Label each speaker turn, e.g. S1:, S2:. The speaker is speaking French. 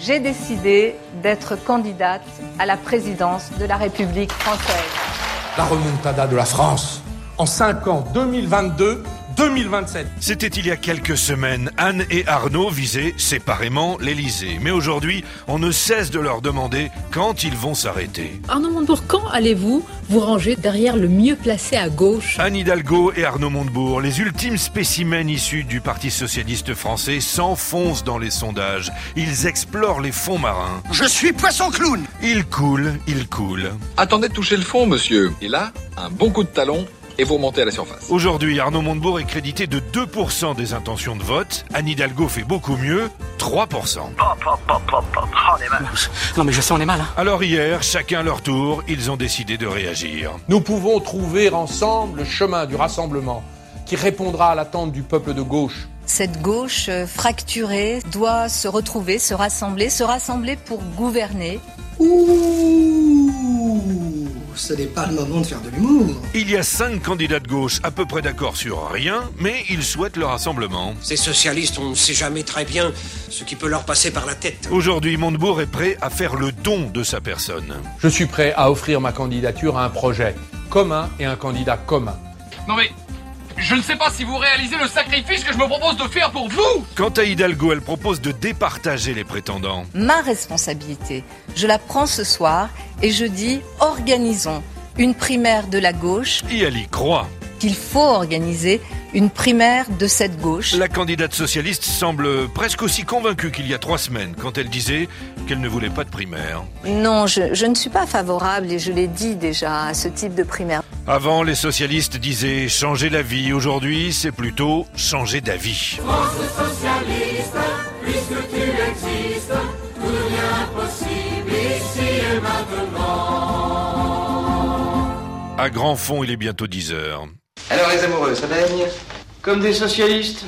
S1: j'ai décidé d'être candidate à la présidence de la République française.
S2: La remontada de la France. En 5 ans, 2022, 2027.
S3: C'était il y a quelques semaines, Anne et Arnaud visaient séparément l'Elysée. Mais aujourd'hui, on ne cesse de leur demander quand ils vont s'arrêter.
S4: Arnaud Montebourg, quand allez-vous vous ranger derrière le mieux placé à gauche
S3: Anne Hidalgo et Arnaud Montebourg, les ultimes spécimens issus du Parti socialiste français, s'enfoncent dans les sondages. Ils explorent les fonds marins.
S5: Je suis poisson clown
S3: Ils coulent, ils coulent.
S6: Attendez de toucher le fond, monsieur. Et là, un bon coup de talon et vous remontez à la surface.
S3: Aujourd'hui, Arnaud Montebourg est crédité de 2% des intentions de vote. Anne Hidalgo fait beaucoup mieux, 3%.
S7: Non mais je sens les mal. Hein.
S3: Alors hier, chacun leur tour, ils ont décidé de réagir.
S2: Nous pouvons trouver ensemble le chemin du rassemblement qui répondra à l'attente du peuple de gauche.
S1: Cette gauche euh, fracturée doit se retrouver, se rassembler, se rassembler pour gouverner.
S8: Ouh, ce n'est pas le moment de faire de l'humour.
S3: Il y a cinq candidats de gauche à peu près d'accord sur rien, mais ils souhaitent le rassemblement.
S9: Ces socialistes, on ne sait jamais très bien ce qui peut leur passer par la tête.
S3: Aujourd'hui, Montebourg est prêt à faire le don de sa personne.
S2: Je suis prêt à offrir ma candidature à un projet commun et un candidat commun.
S10: Non mais, je ne sais pas si vous réalisez le sacrifice que je me propose de faire pour vous
S3: Quant à Hidalgo, elle propose de départager les prétendants.
S1: Ma responsabilité, je la prends ce soir et je dis organisons une primaire de la gauche,
S3: Et elle y croit.
S1: qu'il faut organiser une primaire de cette gauche.
S3: La candidate socialiste semble presque aussi convaincue qu'il y a trois semaines quand elle disait qu'elle ne voulait pas de primaire.
S1: Non, je, je ne suis pas favorable et je l'ai dit déjà à ce type de primaire.
S3: Avant, les socialistes disaient changer la vie. Aujourd'hui, c'est plutôt changer d'avis. À grand fond, il est bientôt 10 heures.
S11: Alors les amoureux, ça va venir Comme des socialistes